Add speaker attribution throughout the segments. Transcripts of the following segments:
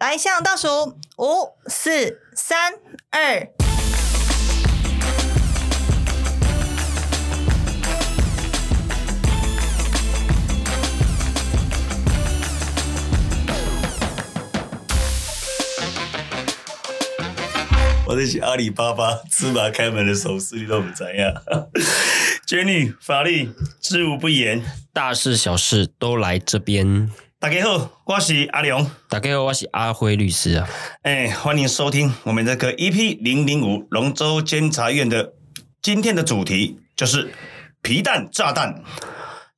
Speaker 1: 来，现场倒数五、四、三、二。
Speaker 2: 我在写阿里巴巴芝麻开门的手势，你都不怎样。Jenny，法力知无不言。
Speaker 3: 大事小事都来这边。
Speaker 2: 大家好，我是阿良，
Speaker 3: 大家好，我是阿辉律师啊。
Speaker 2: 哎，欢迎收听我们这个 EP 零零五龙州监察院的今天的主题就是皮蛋炸弹，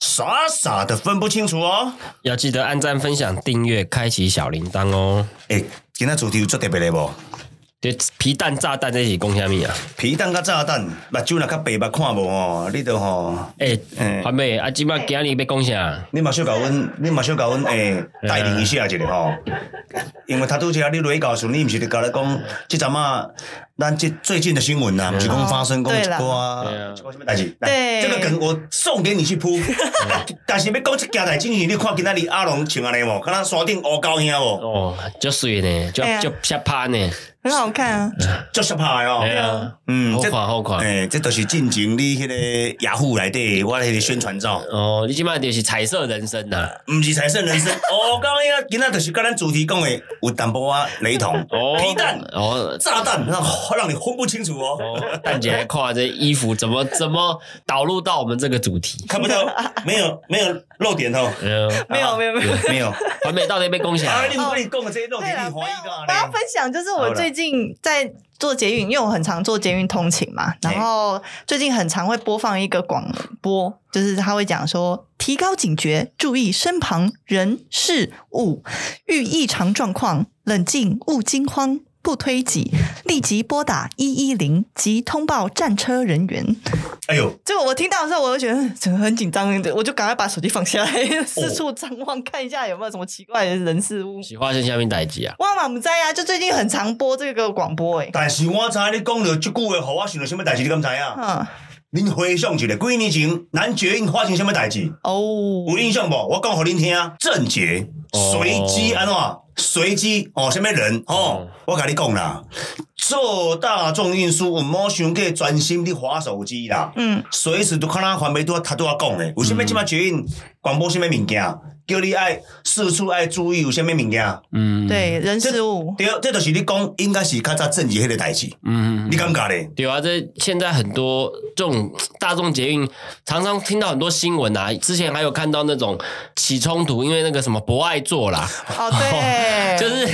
Speaker 2: 傻傻的分不清楚哦。
Speaker 3: 要记得按赞、分享、订阅、开启小铃铛哦。
Speaker 2: 哎，今天主题有做特别的无？
Speaker 3: 对，皮蛋炸弹在一起攻下面啊！
Speaker 2: 皮蛋甲炸弹，目睭若较白目看无吼，你都吼。
Speaker 3: 哎、
Speaker 2: 嗯
Speaker 3: 阿妹，啊，今麦今日要讲啥？
Speaker 2: 你嘛小甲阮，你嘛小甲阮诶带领一下一个吼，因为他拄则你雷告诉你，毋是咧甲咧讲，即阵啊，咱即最近的新闻啊呐，毋是讲发生讲一
Speaker 1: 对啦
Speaker 2: 寡
Speaker 3: 对啊
Speaker 2: 一寡什么代志，
Speaker 1: 对
Speaker 2: 来这个梗我送给你去 铺，但是要讲即件代志，你看今仔日阿龙穿安尼无，敢若山顶乌狗兄无，
Speaker 3: 哦，就水呢，就
Speaker 1: 哎呀
Speaker 3: 就下趴呢。
Speaker 1: 很好看啊！
Speaker 2: 足失拍哦
Speaker 3: 哎。呀，
Speaker 2: 嗯
Speaker 3: 好
Speaker 2: 这
Speaker 3: 看好看。
Speaker 2: 诶，这都是进前你迄个雅虎内底我迄个宣传照，
Speaker 3: 哦，你今麦就是彩色人生呐、啊。
Speaker 2: 毋是财神人生。哦，刚刚今仔就是甲咱主题讲的有淡薄仔雷同，
Speaker 3: 哦，
Speaker 2: 皮蛋
Speaker 3: 哦。
Speaker 2: 炸弹让让你分不清楚哦，
Speaker 3: 哦，蛋姐来看这衣服怎么怎么导入到我们这个主题？
Speaker 2: 看不到，没有没有漏点哦，
Speaker 3: 哎呀，
Speaker 1: 没有没有没有，
Speaker 2: 没有。
Speaker 3: 还没到那边攻下
Speaker 2: 啊，
Speaker 3: 来
Speaker 2: 你。我跟你讲的这些漏
Speaker 1: 对啊
Speaker 2: 点，
Speaker 1: 了，
Speaker 2: 你怀疑
Speaker 1: 我
Speaker 2: 干
Speaker 1: 要
Speaker 2: 嘛呢
Speaker 1: 分？享就是我最近在做捷运，因为我很常做捷运通勤嘛，然后最近很常会播放一个广播，就是他会讲说提高警觉，注意身旁人事物，遇异常状况冷静，勿惊慌。不推挤，立即拨打一一零及通报战车人员。
Speaker 2: 哎呦，
Speaker 1: 就我听到的时候，我就觉得嗯整个很紧张，我就赶快把手机放下
Speaker 3: 哦
Speaker 1: 来，四处张望，看一下有没有什么奇怪的人事物。
Speaker 3: 喜花线下面代机啊。
Speaker 1: 哇，满不在啊！就最近很常播这个广播哎、
Speaker 2: 但是我知你讲到这句话，互我想到什么代志，你敢知影？
Speaker 1: 嗯，
Speaker 2: 恁回想一下，几年前南捷运发生什么代志？
Speaker 1: 哦，
Speaker 2: 有印象无？我讲互恁听，啊郑捷
Speaker 3: 哦
Speaker 2: 随机安怎？随机哦，什么人哦
Speaker 3: 嗯？
Speaker 2: 我甲你讲啦，做大众运输，毋好想过专心伫划手机啦。
Speaker 1: 嗯，
Speaker 2: 随时都看咱环媒都他都要讲的，有啥物即马决定广播啥物物件，叫你爱四处爱注意有啥物物件。
Speaker 3: 嗯，
Speaker 1: 对，人事物，
Speaker 2: 对，这就是你讲应该是较早政治迄个代志，
Speaker 3: 嗯，
Speaker 2: 你感觉咧？
Speaker 3: 对啊，这现在很多这种大众捷运，常常听到很多新闻啊。之前还有看到那种起冲突，因为那个什么博爱座啦，
Speaker 1: 哦，
Speaker 2: 哎
Speaker 1: 对，
Speaker 3: 就是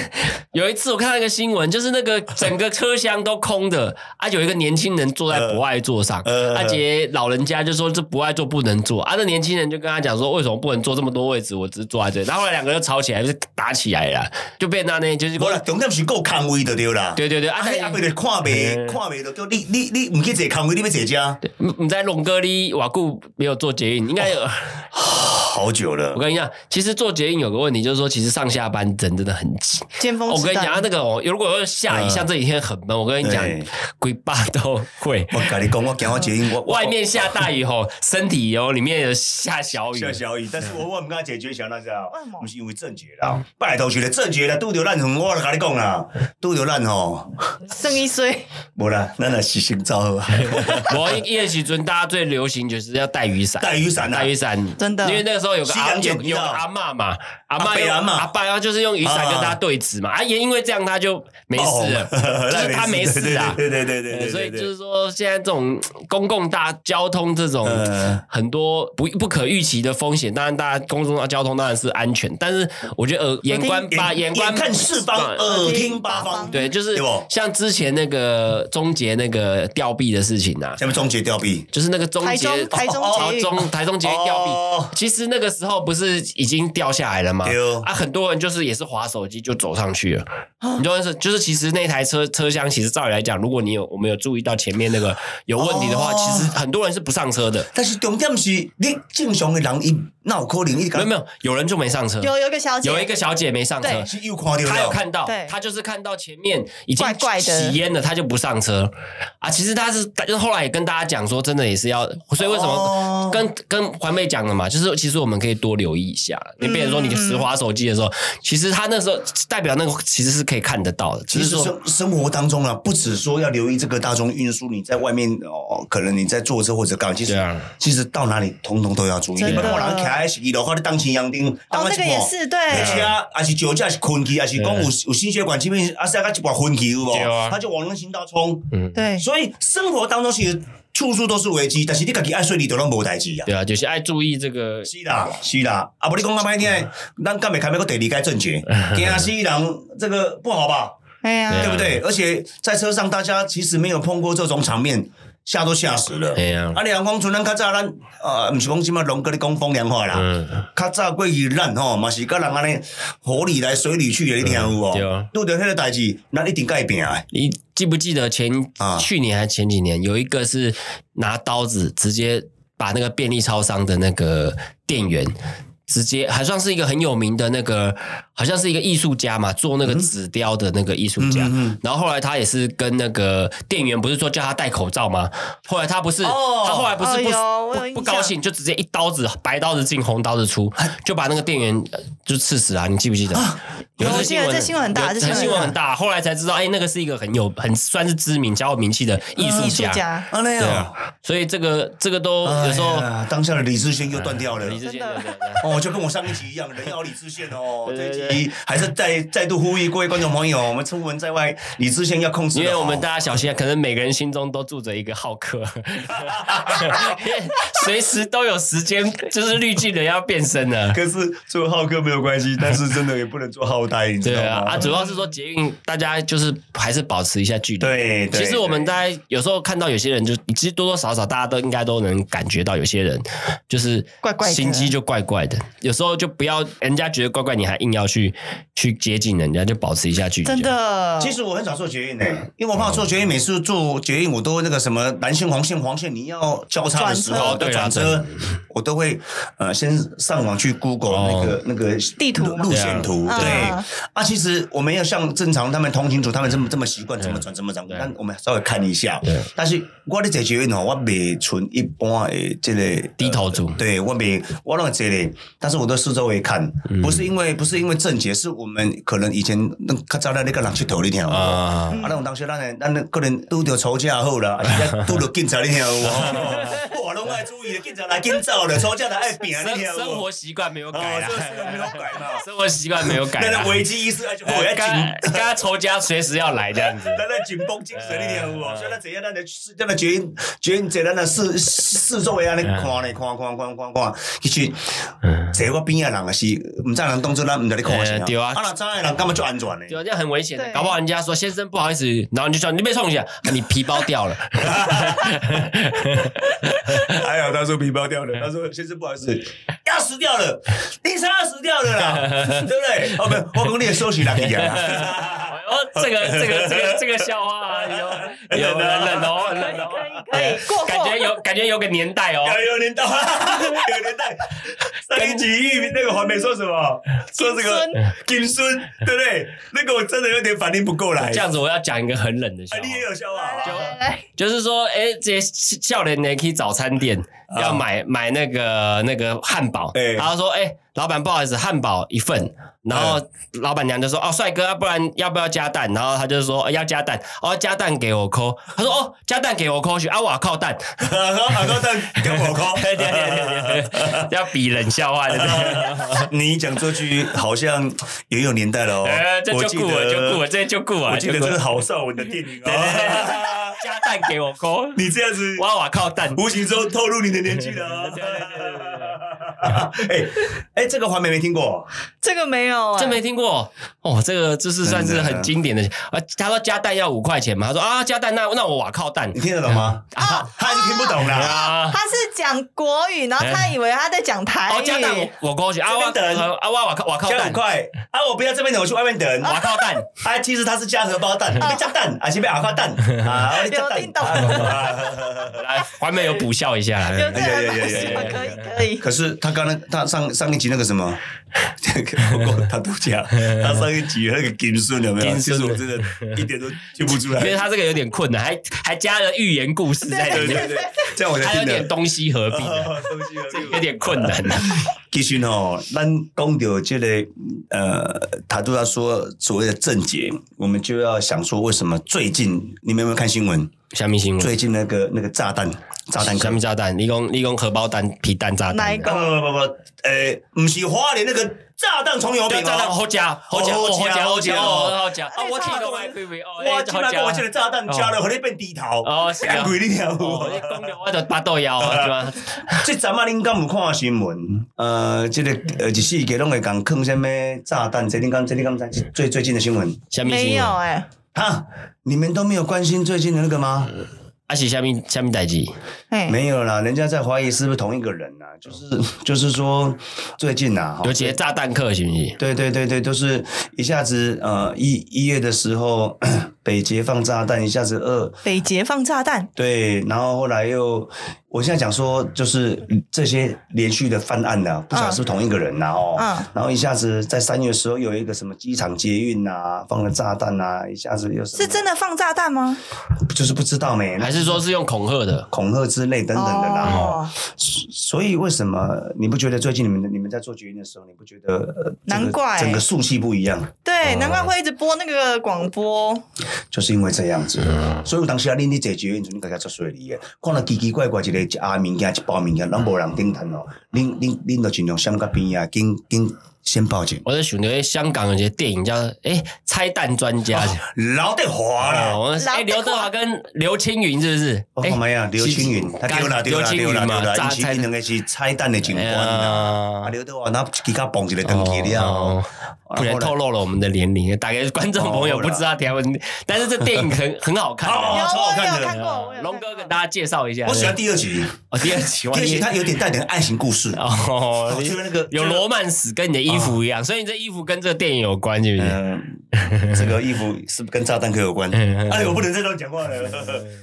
Speaker 3: 有一次我看到一个新闻，就是那个整个车厢都空的，啊，有一个年轻人坐在博爱座上，
Speaker 2: 呃
Speaker 3: 阿杰老人家就说这博爱座不能坐，啊，那年轻人就跟他讲说为什么不能坐这么多位置，我只是坐在这里。然后后来两个就吵起来，就是打起来了，就变那呢，就是
Speaker 2: 无啦，重点是够空位就对啦。
Speaker 3: 对对对，
Speaker 2: 啊，
Speaker 3: 啊，
Speaker 2: 迄阿伯就看袂
Speaker 3: 嗯
Speaker 2: 看袂，就叫你你你毋去坐空位，你要坐遮，
Speaker 3: 你你在龙哥里瓦固没有做捷运，应该有。
Speaker 2: 好久了
Speaker 3: 我。跟你讲，其实做捷运有个问题，就是说其实上下班人真的很挤。
Speaker 1: 尖峰
Speaker 3: 我
Speaker 1: 时
Speaker 3: 跟你
Speaker 1: 代
Speaker 3: 讲，那个哦，如果要下雨，
Speaker 2: 嗯
Speaker 3: 像这几天很闷，我跟你讲
Speaker 2: 对，
Speaker 3: 鬼爸都会。
Speaker 2: 我甲你讲，我今我决定我
Speaker 3: 外面下大雨吼，身体有里面有嗯下小雨
Speaker 2: 下。小雨，但是我我唔敢解决小那只啊
Speaker 1: 为什么，
Speaker 2: 不是因为正觉啦，拜托去了正觉啦，拄着咱从我就甲你讲啦，
Speaker 3: 嗯
Speaker 2: 拄着咱吼，
Speaker 1: 剩一岁，
Speaker 2: 无啦，咱若是先走 好啊，
Speaker 3: 我夜时准大家最流行就是要带雨伞，
Speaker 2: 带雨伞啊啦
Speaker 3: 带，雨伞，
Speaker 1: 真的
Speaker 3: 因为那个时候有个
Speaker 2: 西
Speaker 3: 阿
Speaker 2: 洋
Speaker 3: 有
Speaker 2: 剪
Speaker 3: 有
Speaker 2: 刀
Speaker 3: 个阿嬷嘛，阿
Speaker 2: 阿
Speaker 3: 嬷
Speaker 2: 伯
Speaker 3: 用
Speaker 2: 阿嬷
Speaker 3: 阿爸，然后就是用雨伞跟
Speaker 2: 啊
Speaker 3: 大家对峙嘛，啊也因为这样他就没事了，
Speaker 2: 哦
Speaker 3: 就是他没事啊，
Speaker 2: 对对对对对
Speaker 3: 对
Speaker 2: 对，
Speaker 3: 所以就
Speaker 2: 对
Speaker 3: 是说，现在这种公共大交通这种
Speaker 2: 嗯
Speaker 3: 很多不不可预期的风险，当然大家公众交通当然是安全，但是我觉得耳眼观八
Speaker 2: 眼
Speaker 3: 观
Speaker 2: 眼看四方，耳听八方，
Speaker 3: 对，就是
Speaker 2: 对不
Speaker 3: 像之前那个终结那个吊臂的事情啊，
Speaker 2: 下面终结吊臂，
Speaker 3: 就是那个终
Speaker 1: 台
Speaker 3: 结
Speaker 1: 中台中
Speaker 3: 哦
Speaker 1: 捷运
Speaker 3: 中台中捷运吊臂。
Speaker 2: 哦
Speaker 3: 其实那个时候不是已经掉下来了吗
Speaker 2: 对哦？
Speaker 3: 啊，很多人就是也是滑手机就走上去了。
Speaker 1: 啊
Speaker 3: 你知道是就是其实那台车车厢，其实照理来讲，如果你有我们有注意到前面那个有问题的话，
Speaker 2: 哦
Speaker 3: 其实很多人是不上车的。
Speaker 2: 但是重点是，你正常的人，伊哪有可能一
Speaker 3: 没
Speaker 2: 个
Speaker 3: 有没有，有人就没上车，
Speaker 1: 有有一个小姐，
Speaker 3: 嗯有一个小姐没上车
Speaker 1: 对。
Speaker 2: 是又看到
Speaker 3: 她有
Speaker 2: 了，
Speaker 3: 看到
Speaker 1: 对，
Speaker 3: 她就是看到前面已经
Speaker 1: 怪怪的
Speaker 3: 起烟了，她就不上车啊。其实她是，就是后来也跟大家讲说，真的也是要，所以为什么
Speaker 2: 哦
Speaker 3: 跟跟环妹讲了嘛，就是其实我我们可以多留意一下。你变成说你
Speaker 1: 嗯
Speaker 3: 实滑手机的时候，其实它那时候代表那个其实是可以看得到的，只
Speaker 2: 其实
Speaker 3: 是说。
Speaker 2: 生生活当中啊，不只说要留意这个大众运输，你在外面哦，可能你在坐车或者干嘛，其实、
Speaker 3: 对啊
Speaker 2: 其实到哪里通通都要注意。
Speaker 1: 真
Speaker 2: 你
Speaker 1: 的
Speaker 2: 不能人徛在十二楼，或者当青阳丁，当
Speaker 1: 哦
Speaker 2: 到，
Speaker 1: 这个
Speaker 2: 一半
Speaker 1: 也是对，
Speaker 2: 而且啊，还是酒驾，还是困去，还是讲有有心血管疾病，啊，是啊，一把昏去有无
Speaker 3: 对啊？
Speaker 2: 他就往那行道冲。
Speaker 1: 对，
Speaker 2: 所以生活当中其实处处都是危机，但是你自己爱睡，你都拢无代志啊。
Speaker 3: 对啊，就是爱注意这个，
Speaker 2: 是啦，是啦，啊，无你讲那歹听，咱干袂开咩个第二该正解，惊死人，这个不好吧？
Speaker 1: 哎
Speaker 3: 对
Speaker 1: 呀
Speaker 3: 啊，
Speaker 2: 对不对？而且在车上，大家其实没有碰过这种场面，吓都吓死了。
Speaker 3: 对啊
Speaker 2: 啊，你讲讲像咱较早咱呃，毋是讲即嘛龙哥咧讲风凉话啦，
Speaker 3: 嗯，
Speaker 2: 较早过去咱吼嘛是甲人安尼河里来水里去的，你听有
Speaker 3: 嗯对啊
Speaker 2: 无？拄着迄个代志，咱一定改变的。
Speaker 3: 你记不记得前、
Speaker 2: 啊
Speaker 3: 去年还是前几年有一个是拿刀子直接把那个便利超商的那个店员。直接还算是一个很有名的那个，好像是一个艺术家嘛，做那个纸雕的那个艺术
Speaker 2: 嗯
Speaker 3: 家。然后后来他也是跟那个店员不是说叫他戴口罩吗？后来他不是，
Speaker 2: 哦
Speaker 3: 他后来不是不、
Speaker 1: 哎呦我有
Speaker 3: 不
Speaker 1: 印
Speaker 3: 不
Speaker 1: 象
Speaker 3: 高兴，就直接一刀子白刀子进红刀子出，就把那个店员呃就刺死啊！你记不记得？有
Speaker 1: 有
Speaker 3: 这
Speaker 1: 我记
Speaker 3: 新
Speaker 1: 得
Speaker 3: 闻，
Speaker 1: 这新闻很大
Speaker 3: 有
Speaker 1: 这新
Speaker 3: 这
Speaker 1: 闻很大
Speaker 3: 新闻很大。后来才知道，哎，那个是一个很有很算是知名、小有名气的艺术
Speaker 1: 艺术
Speaker 3: 家。
Speaker 1: 家，
Speaker 2: 安尼
Speaker 3: 对
Speaker 2: 哦，，
Speaker 3: 啊所以这个这个都
Speaker 2: 哎
Speaker 3: 有
Speaker 2: 呀
Speaker 3: 时候哎
Speaker 2: 当下的理智线又断掉了。
Speaker 3: 理智线
Speaker 1: 真的
Speaker 3: 对对对
Speaker 2: 哦，就跟我上一集一样，人要理智线哦。
Speaker 3: 对
Speaker 2: 这
Speaker 3: 对对
Speaker 2: 一集还是再再度呼吁各位观众朋友，我们出门在外，理智线要控制
Speaker 3: 因
Speaker 2: 得好。
Speaker 3: 为我们大家小心，啊可能每个人心中都住着一个好客，因为 随时都有时间，就是滤镜人要变身了。
Speaker 2: 可是做浩哥没有关系，但是真的也不能做浩呆，你知
Speaker 3: 对
Speaker 2: 道
Speaker 3: 啊，
Speaker 2: 吗？
Speaker 3: 啊，主要是说捷运，大家就是还是保持一下距离。
Speaker 2: 对，对
Speaker 3: 其实我们大家有时候看到有些人就，其实多多少少大家都应该都能感觉到，有些人就是
Speaker 1: 怪怪的
Speaker 3: 心机就怪怪的。有时候就不要人家觉得怪怪，你还硬要去去接近人家，就保持一下距离。啊
Speaker 1: 真，的，
Speaker 2: 其实我很少做绝运诶，因为我怕做绝运，每次做绝运我都那个什么蓝线、黄线、黄线，你要交叉的时候
Speaker 3: 转
Speaker 2: 要
Speaker 3: 车哦
Speaker 2: 转
Speaker 3: 对
Speaker 2: 车，我都会呃先上网去 Google
Speaker 3: 哦
Speaker 2: 那个那个
Speaker 1: 地图
Speaker 2: 路
Speaker 1: 吗
Speaker 2: 路线图，
Speaker 1: 对啊
Speaker 2: 对
Speaker 1: 嗯
Speaker 2: 啊。其实我们要像正常他们通勤族他们这么这么习惯怎么转怎么转，
Speaker 3: 嗯对
Speaker 2: 但我们稍微看一下
Speaker 3: 对。
Speaker 2: 但是我咧做绝运哦，我未存一般的这个
Speaker 3: 低头族
Speaker 2: 对我没我弄这里，但是我都四周围看，
Speaker 3: 嗯
Speaker 2: 不是因为不是因为正解，是我们可能以前那较早的那个人去头里听有无啊，
Speaker 3: 啊，
Speaker 2: 那种当时咱的咱的可能拄着吵架后 啦，啊是在拄着警察你听有无？哇，拢爱注意，警察来紧走了，吵架来爱拼啊你
Speaker 3: 生
Speaker 2: 听有
Speaker 3: 生
Speaker 2: 无
Speaker 3: 活？习惯没有改
Speaker 2: 哦，
Speaker 3: 啦
Speaker 2: 这，个是没有改 嘛，
Speaker 3: 生活习惯没有 改
Speaker 2: 咱
Speaker 3: 啦
Speaker 2: 的。危机意识爱哎就
Speaker 3: 呃
Speaker 2: 我要紧
Speaker 3: 刚。刚刚仇家随时要来这样 子，
Speaker 2: 咱的紧绷精神，你听有
Speaker 3: 哎
Speaker 2: 无？所以咱怎样，咱的咱的决定决定，坐咱的四四周围安尼啊
Speaker 3: 哎
Speaker 2: 看咧，看看看看看，其实坐我边仔人也是，毋知人当作咱毋知你看啥
Speaker 3: 哎。对啊
Speaker 2: 啊若知的人感觉就安全
Speaker 3: 对
Speaker 2: 咧。
Speaker 3: 啊，这样很危险的，
Speaker 1: 对
Speaker 3: 搞不好人家说先生不好意思，然后你就说你被冲一下，啊你皮包掉了，
Speaker 2: 还哎好他说皮包掉
Speaker 3: 哎
Speaker 2: 了，他说先生不好意思，钥匙掉了，你车钥匙掉了 啦，对不对？哦，不，我讲你的收起来去 啊。
Speaker 3: 哦，这个这个这个这个笑话啊有有冷冷哦，很冷哦，
Speaker 1: 可以过
Speaker 3: 感觉
Speaker 1: 过，
Speaker 3: 有感觉有个年代哦，
Speaker 2: 有有年代，有年代。上一集玉那个黄梅说什 么？说这个金孙，对不对？那个我真的有点反应不过来。
Speaker 3: 这样子我要讲一个很冷的笑
Speaker 2: 啊，
Speaker 3: 话
Speaker 2: 你，也有笑话啊？
Speaker 1: 来来
Speaker 3: 就是说，哎，这些笑脸呢可以早餐店要买买那个那个汉堡，
Speaker 2: 啊哎
Speaker 3: 然后说，哎，老板不好意思，汉堡一份。然后
Speaker 2: 哎
Speaker 3: 老板娘就说：“哦，帅哥，啊不然要不要加蛋？”然后他就说：“哦要加蛋。”哦，加蛋给我抠。他说：“哦，加蛋给我抠去啊，我靠蛋。”。
Speaker 2: 啊好好高蛋跟我高
Speaker 3: 对对对对对，要比冷笑 话的。
Speaker 2: 哦 你讲这句好像也有年代了 哦
Speaker 3: 呃，这。就
Speaker 2: 记
Speaker 3: 顾我，
Speaker 2: 得
Speaker 3: 就顾我，这就顾我，
Speaker 2: 我记得
Speaker 3: 就顾
Speaker 2: 这
Speaker 3: 我
Speaker 2: 是郝邵文的电影
Speaker 3: 对对对
Speaker 2: 啊。
Speaker 3: 加蛋给我勾，
Speaker 2: 你这样子，
Speaker 3: 哇哇靠 蛋，
Speaker 2: 无形中透露你的年纪了
Speaker 3: 对对对对对
Speaker 2: 啊。 哎哎，这个黄梅没听过，
Speaker 1: 这个没有哎，
Speaker 3: 真没听过哦。这个这是算是很经典的啊。他说加蛋要五块钱嘛，他说啊加蛋那那我哇靠蛋
Speaker 2: 你听得懂吗？
Speaker 3: 啊
Speaker 2: 他已经听不懂了。
Speaker 3: 啊。
Speaker 1: 他是讲国语，然后他以为他在讲台
Speaker 3: 哦，
Speaker 1: 语，
Speaker 3: 加蛋我我勾去啊
Speaker 2: 哎这
Speaker 3: 哇
Speaker 2: 边等
Speaker 3: 啊哇哇靠哇靠
Speaker 2: 加
Speaker 3: 蛋
Speaker 2: 五块啊！我不要这边等，我去外面等。
Speaker 3: 哇靠蛋，
Speaker 2: 啊，其实它是加荷包蛋，被加蛋，啊，是被阿花蛋啊， 我加
Speaker 1: 有
Speaker 2: 蛋
Speaker 1: 听懂。
Speaker 2: 啊
Speaker 3: 来还没有补笑一下。
Speaker 1: 有这
Speaker 2: 哎
Speaker 1: 样
Speaker 2: 呀
Speaker 1: 的
Speaker 2: 呀 呀呀
Speaker 1: 东西吗
Speaker 3: 呀呀
Speaker 1: 可以
Speaker 3: 呀
Speaker 1: 可以，
Speaker 2: 可是他刚刚他上上一集那个什么，这个我跟他度假，他上一集那个金顺有没有？
Speaker 3: 金
Speaker 2: 其
Speaker 3: 顺
Speaker 2: 实我真的一点都听不出来
Speaker 3: 因。为他这个有点困难，还还加了寓言故事在
Speaker 2: 对
Speaker 3: 里
Speaker 2: 对
Speaker 3: 面，
Speaker 2: 对，这样我才
Speaker 3: 它有
Speaker 2: 听
Speaker 3: 点
Speaker 2: 得。
Speaker 3: 东西合并，
Speaker 2: 哦东西
Speaker 3: 这
Speaker 2: 很
Speaker 3: 有点困难啊。
Speaker 2: 其实哦，咱讲到这个呃，他都要说所谓的症结，我们就要想说为什么最近你们有没有看新闻？
Speaker 3: 下面新闻，
Speaker 2: 最近那个那个炸弹炸弹
Speaker 3: 下
Speaker 2: 客
Speaker 3: 面炸弹，立功立功荷包蛋皮蛋炸
Speaker 1: 哪
Speaker 3: 弹
Speaker 1: 一，
Speaker 2: 不
Speaker 1: 个
Speaker 2: 不不不，诶、不是花莲那个炸弹葱油饼
Speaker 3: 对炸弹
Speaker 2: 哦，
Speaker 3: 好假好假
Speaker 2: 好
Speaker 3: 好
Speaker 2: 吃
Speaker 3: 假好
Speaker 2: 好
Speaker 3: 假
Speaker 2: 吃
Speaker 3: 哦好假啊！
Speaker 1: 哎
Speaker 3: 我听
Speaker 1: 差不
Speaker 3: 到
Speaker 1: 多
Speaker 3: 我以为哦，哎
Speaker 2: 我今
Speaker 3: 好
Speaker 2: 麦
Speaker 3: 吃
Speaker 2: 我这个炸弹加了，和你变低头，
Speaker 3: 哦是啊
Speaker 2: 吓鬼你啊！
Speaker 3: 哦，你讲到我就巴肚枵啊，是吧？
Speaker 2: 这阵啊，恁敢有看新闻？呃，这个呃，一世界拢会讲坑什么炸弹？这恁敢这恁敢知？最最近的新闻
Speaker 3: 下面
Speaker 1: 没
Speaker 3: 新闻
Speaker 1: 有，哎、
Speaker 2: 哈，你们都没有关心最近的那个吗？
Speaker 3: 啊是下面下面代志，
Speaker 1: 哎，
Speaker 2: 没有啦，人家在怀疑是不是同一个人啊？就是就是说，最近啊，哈
Speaker 3: 有几个炸弹客是不是？
Speaker 2: 对对对对，都是一下子呃一一月的时候，北捷放炸弹，一下子二
Speaker 1: 北捷放炸弹，
Speaker 2: 对，然后后来又，我现在讲说就是这些连续的犯案呐、不晓得是不是同一个人呐、哦，
Speaker 1: 嗯
Speaker 2: 然后一下子在三月的时候有一个什么机场捷运呐、放了炸弹呐、一下子又什么
Speaker 1: 是真的放炸弹吗？
Speaker 2: 就是不知道没，
Speaker 3: 还
Speaker 2: 那
Speaker 3: 是说是用恐吓的？
Speaker 2: 恐吓之类等等的啦、哦。
Speaker 1: 哦，
Speaker 2: 所以为什么你不觉得最近你们你们在做捷运的时候，你不觉得、呃这个
Speaker 1: 难怪
Speaker 2: 整个速气不一样？
Speaker 1: 对，难怪会一直播那个广播。
Speaker 2: 就是因为这样子，
Speaker 3: 嗯
Speaker 2: 所以有当时啊，恁咧坐捷运时，恁大家出水利的，看到奇奇怪怪一个一盒物件、一包物件，拢无人顶摊哦。恁恁恁就尽量闪到边啊，紧紧先报警。
Speaker 3: 我在想到香港有一个电影叫《哎拆弹专家》，
Speaker 2: 老得华
Speaker 3: 哦，
Speaker 2: 啦，
Speaker 3: 我们
Speaker 1: 老
Speaker 3: 哎刘德华跟刘青云是不是？
Speaker 2: 我
Speaker 3: 哎
Speaker 2: 看没啊，刘青云，他丢啦丢啦
Speaker 3: 刘青
Speaker 2: 丢
Speaker 3: 云
Speaker 2: 啦
Speaker 3: 嘛
Speaker 2: 丢啦，
Speaker 3: 炸
Speaker 2: 因是
Speaker 3: 拆
Speaker 2: 因两个是拆弹的警官啦。啊，
Speaker 3: 啊，
Speaker 2: 刘德华那自家蹦一个登记了哦，
Speaker 3: 不然透露了我们的年龄，大概观众朋友不知道台湾，但是这电影很很好看。
Speaker 2: 哦
Speaker 1: 有
Speaker 2: 超好
Speaker 1: 我
Speaker 2: 看的
Speaker 1: 有看过，我有看过
Speaker 3: 龙哥跟大家介绍一下，
Speaker 2: 我喜欢第二集，
Speaker 3: 哦第二集，
Speaker 2: 第
Speaker 3: 哇
Speaker 2: 二集
Speaker 3: 你
Speaker 2: 它有点带点爱情故事，
Speaker 3: 哦
Speaker 2: 我，
Speaker 3: 你
Speaker 2: 觉得那个啊
Speaker 3: 有罗曼史跟你的衣服一样，所以你这衣服跟这个电影有关，是不是？
Speaker 2: 嗯，这个衣服是不是跟炸弹客有关？
Speaker 3: 嗯
Speaker 2: 哎，我不能再乱讲话 了。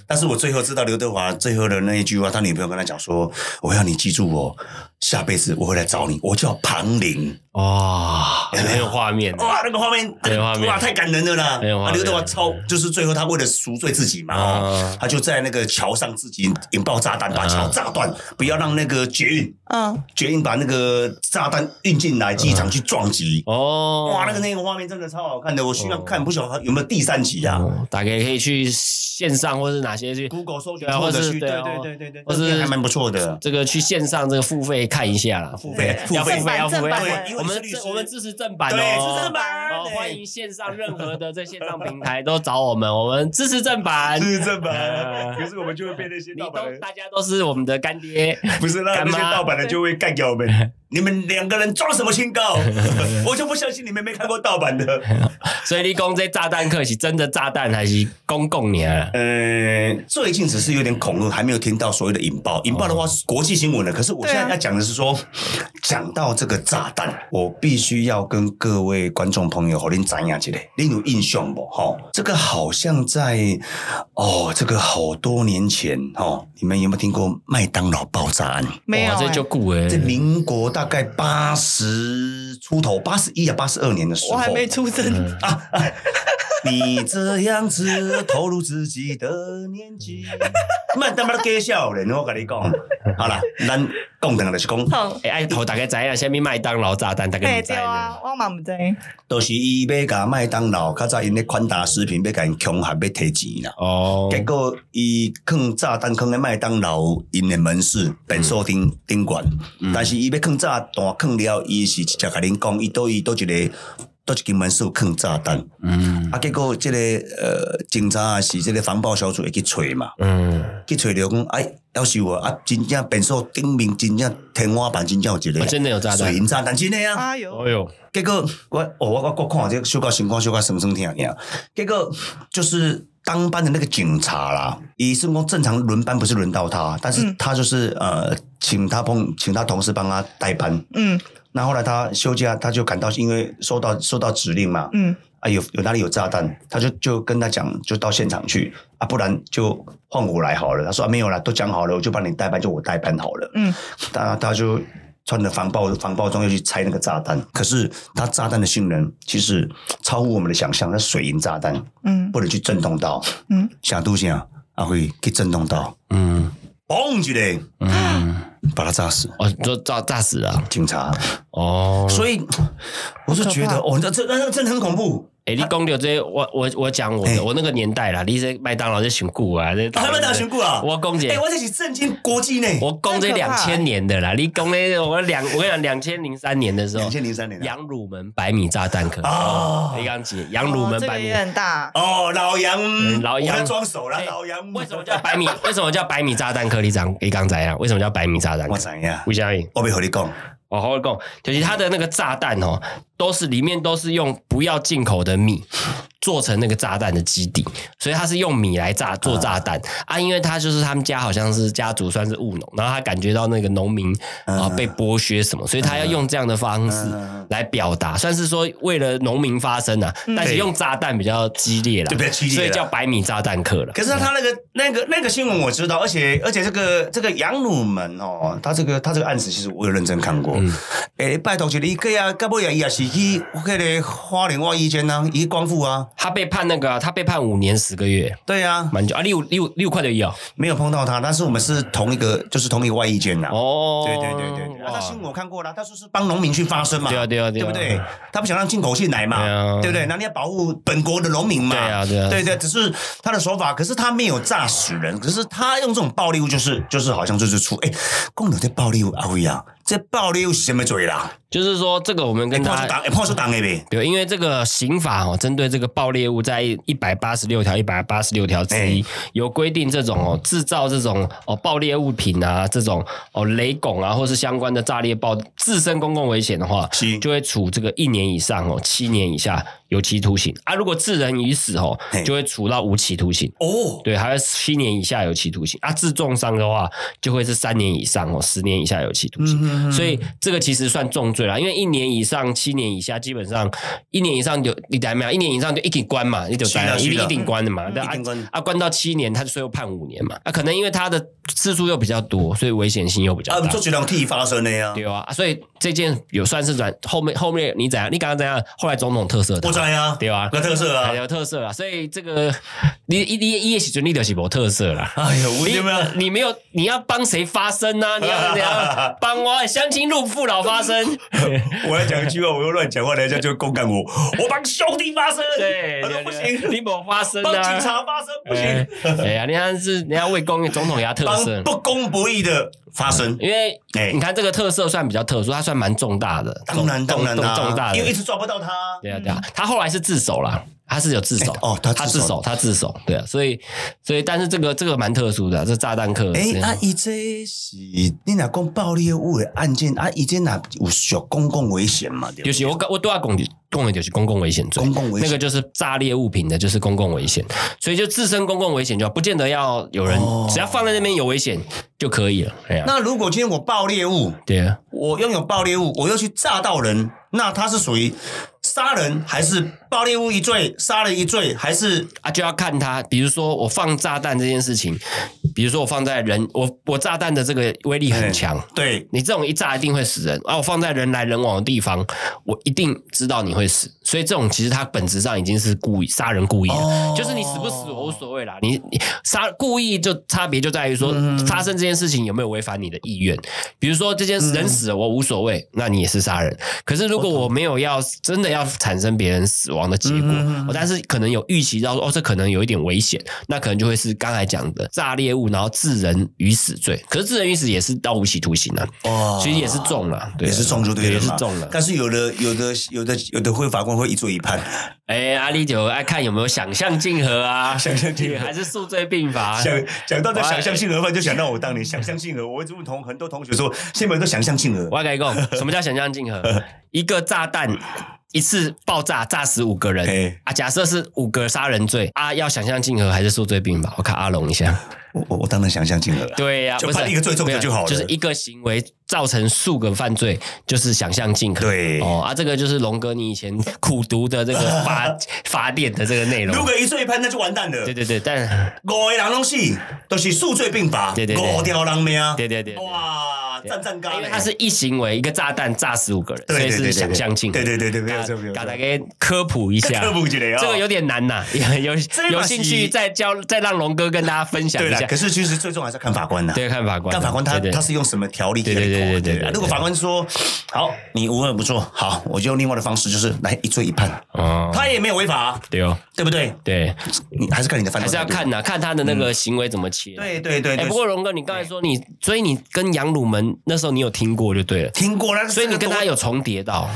Speaker 2: 但是我最后知道刘德华最后的那一句话，他女朋友跟他讲说：“我要你记住我，下辈子我会来找你。”我叫庞玲。
Speaker 3: 哇，
Speaker 2: 有没有
Speaker 3: 很有画面的，
Speaker 2: 哇，那个画面，
Speaker 3: 对嗯画面
Speaker 2: 哇，太感人了啦
Speaker 3: 对！画面
Speaker 2: 啊，刘德华超，就是最后他为了赎罪自己嘛，哦
Speaker 3: 嗯，
Speaker 2: 他就在那个桥上自己引爆炸弹，把
Speaker 3: 嗯
Speaker 2: 桥炸断，不要让那个捷运
Speaker 1: 嗯，
Speaker 2: 捷运把那个炸弹运进来机
Speaker 3: 嗯
Speaker 2: 场去撞击。
Speaker 3: 哦，
Speaker 2: 哇，那个那个画面真的超好看的，我需要看，不晓得有没有第三集啊？
Speaker 3: 哦，大概可以去线上或是哪些去
Speaker 2: Google 搜寻
Speaker 3: 对啊
Speaker 2: 或者
Speaker 3: 或是
Speaker 2: 去，对
Speaker 3: 对啊
Speaker 2: 对对对对，
Speaker 3: 或是
Speaker 2: 这个还蛮不错的。
Speaker 3: 这个去线上这个付费看一下啦，
Speaker 2: 付费付
Speaker 3: 要付
Speaker 2: 费
Speaker 1: 正
Speaker 3: 费
Speaker 1: 版
Speaker 3: 要付
Speaker 1: 正
Speaker 3: 费
Speaker 1: 版
Speaker 3: 要
Speaker 1: 对
Speaker 3: 付
Speaker 2: 因
Speaker 3: 费，
Speaker 2: 为
Speaker 3: 我
Speaker 2: 是
Speaker 3: 们
Speaker 2: 律
Speaker 3: 支
Speaker 2: 师
Speaker 3: 我们支持正版哦，
Speaker 2: 对是正
Speaker 1: 版
Speaker 3: 哦，
Speaker 2: 对
Speaker 3: 欢迎线上任何的这线上平台都找我们，我们支持正版，
Speaker 2: 是正
Speaker 3: 呃
Speaker 2: 可是我们就会被那些
Speaker 3: 你都大家都是我们的 干爹，
Speaker 2: 不是那
Speaker 3: 干妈
Speaker 2: 版的就会干掉我们。你们两个人装什么清 高？我就不相信你们没看过盗版的。
Speaker 3: 所以你讲这炸弹客是真的炸弹还是公共啊年？
Speaker 2: 呃，最近只是有点恐吓，还没有听到所谓的引爆。引爆的话是国际新闻了，可是我现在
Speaker 1: 对啊
Speaker 2: 要讲的是说，讲到这个炸弹，我必须要跟各位观众朋友和您讲一下嘞，您有印象不？哈、这个好像在哦，这个好多年前哦，你们有没有听过麦当劳爆炸案？
Speaker 1: 没有、
Speaker 3: 哇
Speaker 1: 欸，
Speaker 3: 这就顾哎
Speaker 2: 在，民国大概八十出头，八十一啊，八十二年的时候，
Speaker 1: 我还没出生。
Speaker 2: 你这样子透露自己的年纪，慢他妈给笑人，我跟你 讲，好啦，咱讲的就是讲，
Speaker 1: 好，
Speaker 3: 哎，爱头大概知影，下面麦当劳炸弹大概
Speaker 1: 哎，
Speaker 3: 你知
Speaker 1: 对
Speaker 3: 道
Speaker 1: 啊，我嘛不知道。
Speaker 2: 就是伊要甲麦当劳较早因咧宽达食品要甲因恐吓要提钱啦。
Speaker 3: 哦，
Speaker 2: 结果，伊放炸弹放咧麦当劳因的门市便所顶顶管，
Speaker 3: 嗯
Speaker 2: 但是伊要放炸弹放了，伊是直接甲恁讲，伊倒伊倒一个倒一间门市有放炸弹，
Speaker 3: 嗯
Speaker 2: 啊，结果即、个呃警察啊是即个防暴小组会去找嘛，
Speaker 3: 嗯，
Speaker 2: 去找着讲，哎，要是有啊，啊，真正便所顶面真正天花板真正有一
Speaker 3: 我
Speaker 2: 个
Speaker 3: 啊真的有炸弹
Speaker 2: 水，银炸弹，真诶啊！
Speaker 1: 哎呦
Speaker 3: 哎，呦，
Speaker 2: 结果我哦，我我我看这个小可情况，小可酸酸疼疼。啊结果就是当班的那个警察啦，伊是讲正常轮班不是轮到他，但是
Speaker 1: 嗯
Speaker 2: 他就是、呃，请他帮请他同事帮他代班。
Speaker 1: 嗯
Speaker 2: 那后来他休假，他就感到因为收到收到指令嘛，
Speaker 1: 嗯，
Speaker 2: 啊，有有哪里有炸弹，他就就跟他讲，就到现场去啊，不然就换我来好了。他说、啊、没有啦，都讲好了，我就帮你代班，就我代班好了。
Speaker 1: 嗯，
Speaker 2: 他他就穿着防爆防爆装要去拆那个炸弹，可是它炸弹的性能其实超乎我们的想象，它水银炸弹
Speaker 1: 嗯
Speaker 2: 不能去震动到，
Speaker 1: 嗯，
Speaker 2: 小杜想阿辉去震动到，
Speaker 3: 嗯
Speaker 2: 嘣一嘞，
Speaker 3: 嗯，
Speaker 2: 把它炸死，
Speaker 3: 哦，你说炸炸死了
Speaker 2: 警察。
Speaker 3: 哦。
Speaker 2: 所以我是觉得，
Speaker 1: 很
Speaker 2: 哦，那这那那真的很恐怖。
Speaker 3: 哎，你讲到这个，我我我讲我
Speaker 2: 哎
Speaker 3: 的，我那个年代啦，你这麦当劳在选股啊，这
Speaker 2: 他们打巡顾啊，
Speaker 3: 我讲
Speaker 2: 哎、
Speaker 3: 姐，
Speaker 2: 我这是震惊国际呢，
Speaker 3: 我讲这
Speaker 1: 太可
Speaker 3: 两
Speaker 1: 怕了
Speaker 3: 千年的啦，你讲那我两我跟你讲，两千零三年的时候
Speaker 2: 两，千零三年啊
Speaker 3: 羊乳门百米炸弹客
Speaker 2: 啊
Speaker 3: 你刚姐，羊乳
Speaker 1: 哦
Speaker 3: 门
Speaker 1: 这
Speaker 3: 百
Speaker 1: 个
Speaker 3: 米
Speaker 1: 也。很大，
Speaker 2: 哦，老杨，
Speaker 3: 嗯老杨
Speaker 2: 我要装熟了，
Speaker 3: 哎
Speaker 2: 老杨，
Speaker 3: 为什么叫百米？为什么叫百米炸弹客？你长你刚才啊？为什么叫百米炸弹 客
Speaker 2: 我？怎样？
Speaker 3: 为啥？
Speaker 2: 我没和你讲，
Speaker 3: 我哦好好讲，就是它的那个炸弹哦，都是里面都是用不要进口的米做成那个炸弹的基底，所以它是用米来炸做炸弹啊因为他就是他们家好像是家族算是务农，然后他感觉到那个农民啊、被剥削什么，所以他要用这样的方式
Speaker 2: 啊
Speaker 3: 来表达，算是说为了农民发声啊，但是用炸弹比较激烈啦，
Speaker 2: 嗯就比较激烈啦
Speaker 3: 所以叫百米炸弹客了。
Speaker 2: 可是他那个那个那个新闻我知道，而且而且这个这个杨鲁门哦，他这个他这个案子其实我有认真看过。
Speaker 3: 嗯
Speaker 2: 哎、拜托，一个伊个啊，到尾啊，伊也是去迄个花莲万一间啊，伊光复啊，
Speaker 3: 他被判那个啊、他被判五年十个月，
Speaker 2: 对啊，
Speaker 3: 蛮久啊，六六六块的一哦。
Speaker 2: 没有碰到他，但是我们是同一个，就是同一个外衣间呐、啊
Speaker 3: 哦，
Speaker 2: 对对对对对，啊
Speaker 3: 哇
Speaker 2: 他新闻我看过了，他说是帮农民去发声嘛，
Speaker 3: 对啊对啊对啊
Speaker 2: 不对？他不想让进口进来
Speaker 3: 对
Speaker 2: 嘛
Speaker 3: 啊，
Speaker 2: 对不对？那你要保护本国的农民嘛，
Speaker 3: 对啊对啊
Speaker 2: 对对，只是他的手法，可是他没有炸死人，可是他用这种暴力物，就是就是好像就是出哎，共有这暴力物阿辉啊，这暴力物是什么罪啦？
Speaker 3: 就是说这个我们跟
Speaker 2: 炮
Speaker 3: 大
Speaker 2: 是
Speaker 3: 家。
Speaker 2: 打，炮是打的呗，
Speaker 3: 对，因为这个刑法哦，针对这个爆裂物，在一百八十六条、一百八十六条之
Speaker 2: 哎
Speaker 3: 一、有规定，这种哦制造这种哦爆裂物品啊，这种哦雷拱啊，或是相关的炸裂爆自身公共危险的话
Speaker 2: 是，
Speaker 3: 就会处这个一年以上哦七年以下有期徒刑啊。如果致人于死哦
Speaker 2: 嘿，
Speaker 3: 就会处到无期徒刑。
Speaker 2: 哦，
Speaker 3: 对，还有七年以下有期徒刑啊，致重伤的话就会是三年以上哦，十年以下有期徒刑。
Speaker 2: 嗯
Speaker 3: 所以这个其实算重罪啦，因为一年以上、七年以下，基本上一年以上就你等下没有，一年以上就一定关嘛，你就是
Speaker 2: 的
Speaker 3: 关，一
Speaker 2: 是啊的
Speaker 3: 定一定关的嘛。
Speaker 1: 嗯
Speaker 3: 那
Speaker 2: 一定关
Speaker 3: 啊啊，关到七年，他最后判五年嘛。啊，可能因为他的次数又比较多，所以危险性又比较
Speaker 2: 啊，
Speaker 3: 大。
Speaker 2: 做这种替发生的呀，
Speaker 3: 对啊，啊所以这件有算是转后面后面你怎样？你刚刚怎样？后来总统特色的
Speaker 2: 我知呀，
Speaker 3: 对啊，
Speaker 2: 有特色啊
Speaker 3: 哎有特色啊。所以这个你你你你也许你就是没特色啦。
Speaker 2: 哎呦， 我
Speaker 3: 你
Speaker 2: 有没有？
Speaker 3: 你没有，你要帮谁发声呢、你要怎样帮我乡亲入父老发声？
Speaker 2: 我要讲一句话，我又乱讲话，人家就公 干我，我帮兄弟发声，
Speaker 3: 对，
Speaker 2: 他说
Speaker 3: 对
Speaker 2: 不
Speaker 3: 对
Speaker 2: 行，
Speaker 3: 你没发声
Speaker 2: 帮警
Speaker 3: 啊！
Speaker 2: 察发声不
Speaker 3: 哎
Speaker 2: 行，
Speaker 3: 哎呀，你看是人家为公总统给他特色
Speaker 2: 帮，不公不义的发声。
Speaker 3: 因为
Speaker 2: 哎
Speaker 3: 你看这个特色算比较特殊，它算蛮重大的，
Speaker 2: 当然，
Speaker 3: 重
Speaker 2: 当然
Speaker 3: 重
Speaker 2: 啦，
Speaker 3: 重大的
Speaker 2: 因为一，直抓不到他。
Speaker 3: 对啊对啊，他后来是自首啦。他是有自首
Speaker 2: 哎哦他自首
Speaker 3: 自首，他自首，对啊，所以所以，但是这个这个蛮特殊的啊，这炸弹客，
Speaker 2: 哎
Speaker 3: 是，
Speaker 2: 啊，伊这是你若讲暴力物的案件，啊，伊这若有属公共危险嘛？对不
Speaker 3: 尤
Speaker 2: 对
Speaker 3: 其我我对外公共的就是公共危险罪，
Speaker 2: 哎公共危险
Speaker 3: 那个就是炸裂物品的，就是公共危险，所以就自身公共危险就好，不见得要有人，
Speaker 2: 哦
Speaker 3: 只要放在那边有危险就可以了。哎呀、
Speaker 2: 那如果今天我爆裂物，
Speaker 3: 对啊，
Speaker 2: 我拥有爆裂物，我又去炸到人，那他是属于杀人还是爆裂物一罪，杀人一罪，还是
Speaker 3: 啊就要看他，比如说我放炸弹这件事情，比如说我放在人，我我炸弹的这个威力很强。
Speaker 2: 哎对
Speaker 3: 你这种一炸一定会死人啊！我放在人来人往的地方，我一定知道你会死，所以这种其实它本质上已经是故意杀人故意了。
Speaker 2: 哦
Speaker 3: 就是你死不死我无所谓啦，你你杀故意就差别就在于说、发生这件事情有没有违反你的意愿。比如说这件人死了我无所谓，那你也是杀人。可是如果我没有要真的要产生别人死亡的结果，哦但是可能有预期到说哦这可能有一点危险，那可能就会是刚才讲的炸猎物，然后致人于死罪。可是致人于死也是到无期徒刑啊，
Speaker 2: 哇
Speaker 3: 其实也是重啊，对
Speaker 2: 哦
Speaker 3: 啊
Speaker 2: 也是中就对了
Speaker 3: 也是
Speaker 2: 嘛
Speaker 3: 重了。
Speaker 2: 但是有的、有的、有的、有的会法官会一做一判，
Speaker 3: 哎，阿丽就爱看有没有想象竞合啊，
Speaker 2: 想象竞合
Speaker 3: 还是宿醉并罚？
Speaker 2: 想讲到这想象性额饭，就想到我当年想象性额，我一直问同很多同学说，现在都想象性额
Speaker 3: 我。要跟你讲，什么叫想象 竞合？一个炸弹一次爆炸炸死五个人
Speaker 2: 嘿
Speaker 3: 啊！假设是五个杀人罪啊，要想象竞合还是宿醉并罚？我看阿龙一下，
Speaker 2: 我我我当然想象性额了。
Speaker 3: 对呀、啊
Speaker 2: 就
Speaker 3: 不是啊
Speaker 2: 判一个最重的就好了
Speaker 3: 没有就是一个行为造成数个犯罪，就是想象尽可能。
Speaker 2: 对
Speaker 3: 哦啊，这个就是龙哥你以前苦读的这个 法法典的这个内容
Speaker 2: 如。果一罪判，那就完蛋了。
Speaker 3: 对对对，但
Speaker 2: 五个人拢死，都、是数罪并罚，
Speaker 3: 对对对
Speaker 2: 五条人命。啊
Speaker 3: 对对对对
Speaker 2: 哇，赞赞高
Speaker 3: 因为它是一行为一个炸弹炸死五个人，
Speaker 2: 对
Speaker 3: 所
Speaker 2: 对
Speaker 3: 以
Speaker 2: 对
Speaker 3: 是
Speaker 2: 对
Speaker 3: 想象尽可能。
Speaker 2: 对对对对没有
Speaker 3: 大
Speaker 2: 错没有错
Speaker 3: 大家给科普一下，
Speaker 2: 科普一下哦
Speaker 3: 这个有点难呐， 有
Speaker 2: 这
Speaker 3: 有
Speaker 2: 把戏
Speaker 3: 兴趣再教再让龙哥跟大家分享
Speaker 2: 对
Speaker 3: 一
Speaker 2: 啦
Speaker 3: 下。
Speaker 2: 可是其实最重要还是看法官的。
Speaker 3: 对，看法官，
Speaker 2: 但法官他
Speaker 3: 对对
Speaker 2: 他是用什么条例可以
Speaker 3: 对对
Speaker 2: 判
Speaker 3: 对对对
Speaker 2: 啦
Speaker 3: 对
Speaker 2: 如果法官说好，你无恶不作，好，我就用另外的方式，就是来一罪一判，
Speaker 3: 哦，
Speaker 2: 他也没有违法啊，
Speaker 3: 对哦，
Speaker 2: 对不对？
Speaker 3: 对，
Speaker 2: 你还是看你的犯
Speaker 3: 还
Speaker 2: 罪
Speaker 3: 是要看呐，看他的那个行为怎么切。
Speaker 2: 嗯对对对
Speaker 3: 哎，
Speaker 2: 对。
Speaker 3: 不过龙哥，你刚才说你，所以你跟杨鲁门那时候你有听过就对了，
Speaker 2: 听过了，
Speaker 3: 所以你跟他
Speaker 2: 有
Speaker 3: 有重叠到。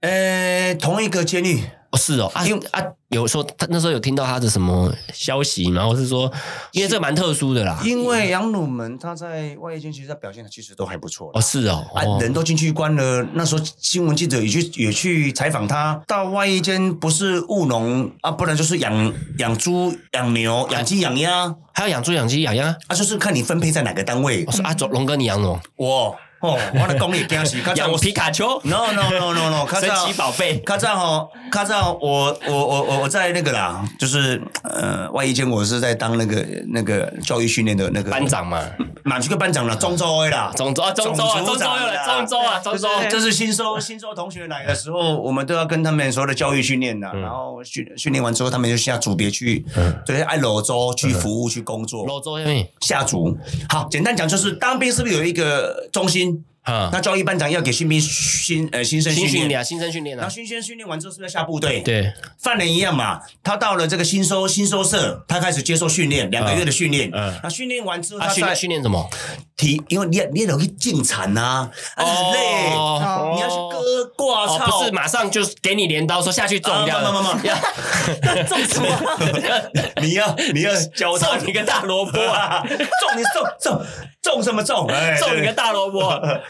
Speaker 2: 呃同一个监狱，
Speaker 3: 哦，是哦，啊，因为啊，有说他那时候有听到他的什么消息吗？或是说，因为这个蛮特殊的啦。
Speaker 2: 因为杨鲁门他在外业监区他表现的其实都还不错啦
Speaker 3: 哦，是哦，
Speaker 2: 啊，
Speaker 3: 哦
Speaker 2: 人都进去关了。那时候新闻记者也去也去采访他，到外一间不是务农啊，不然就是养养猪、养牛、养鸡、养鸭啊，
Speaker 3: 还有养猪、养鸡、养鸭。
Speaker 2: 就是看你分配在哪个单位
Speaker 3: 我。说啊，龙龙哥，你养什么？
Speaker 2: 我哦，我的公里惊 死，较早
Speaker 3: 养
Speaker 2: 我嗯
Speaker 3: 皮卡丘、
Speaker 2: No no no no no，较
Speaker 3: 神
Speaker 2: 早
Speaker 3: 奇宝贝。
Speaker 2: 卡照吼，卡照我我我我我在那个啦，就是呃，外一间我是在当那个那个教育训练的那个
Speaker 3: 班，长嘛，
Speaker 2: 哪去个班长啦，中州的啦，
Speaker 3: 中州啊，中州啊，中州又来，中州啊，中州，
Speaker 1: 对
Speaker 2: 这是新收新收同学来的时
Speaker 3: 嗯
Speaker 2: 候，我们都要跟他们所有的教育训练呐、然后训训练完之后，他们就下组别去，
Speaker 3: 嗯
Speaker 2: 就是按楼州去服务、去工作，
Speaker 3: 罗州下面，
Speaker 2: 下组。好，简单讲就是当兵是不是有一个中心？
Speaker 3: 哈，
Speaker 2: 那教育班长要给新兵新呃啊新生
Speaker 3: 新
Speaker 2: 训
Speaker 3: 训
Speaker 2: 练。
Speaker 3: 练啊，新生训练
Speaker 2: 然
Speaker 3: 啊
Speaker 2: 后，新生训练完之后，是不是要下部队？，
Speaker 3: 对，
Speaker 2: 犯人一样嘛。他到了这个新收新收社，他开始接受训练，两个月的训练。
Speaker 3: 嗯
Speaker 2: 嗯，那啊训练完之后，
Speaker 3: 啊，
Speaker 2: 他
Speaker 3: 训练
Speaker 2: 再
Speaker 3: 训练什么？
Speaker 2: 提，因为你也你也容易进产呐，啊，很累。
Speaker 3: 哦
Speaker 2: 你要去割挂
Speaker 3: 哦，
Speaker 2: 操，
Speaker 3: 不是，马上就给你镰刀，说下去种
Speaker 2: 啊
Speaker 3: 这样，
Speaker 2: 慢慢慢慢
Speaker 3: 要
Speaker 1: 种什么？
Speaker 2: 你要你要教他
Speaker 3: 种你个大萝卜 啊！
Speaker 2: 哇，种你种种种什么种？哎
Speaker 3: 种你个
Speaker 2: 对
Speaker 3: 大萝卜，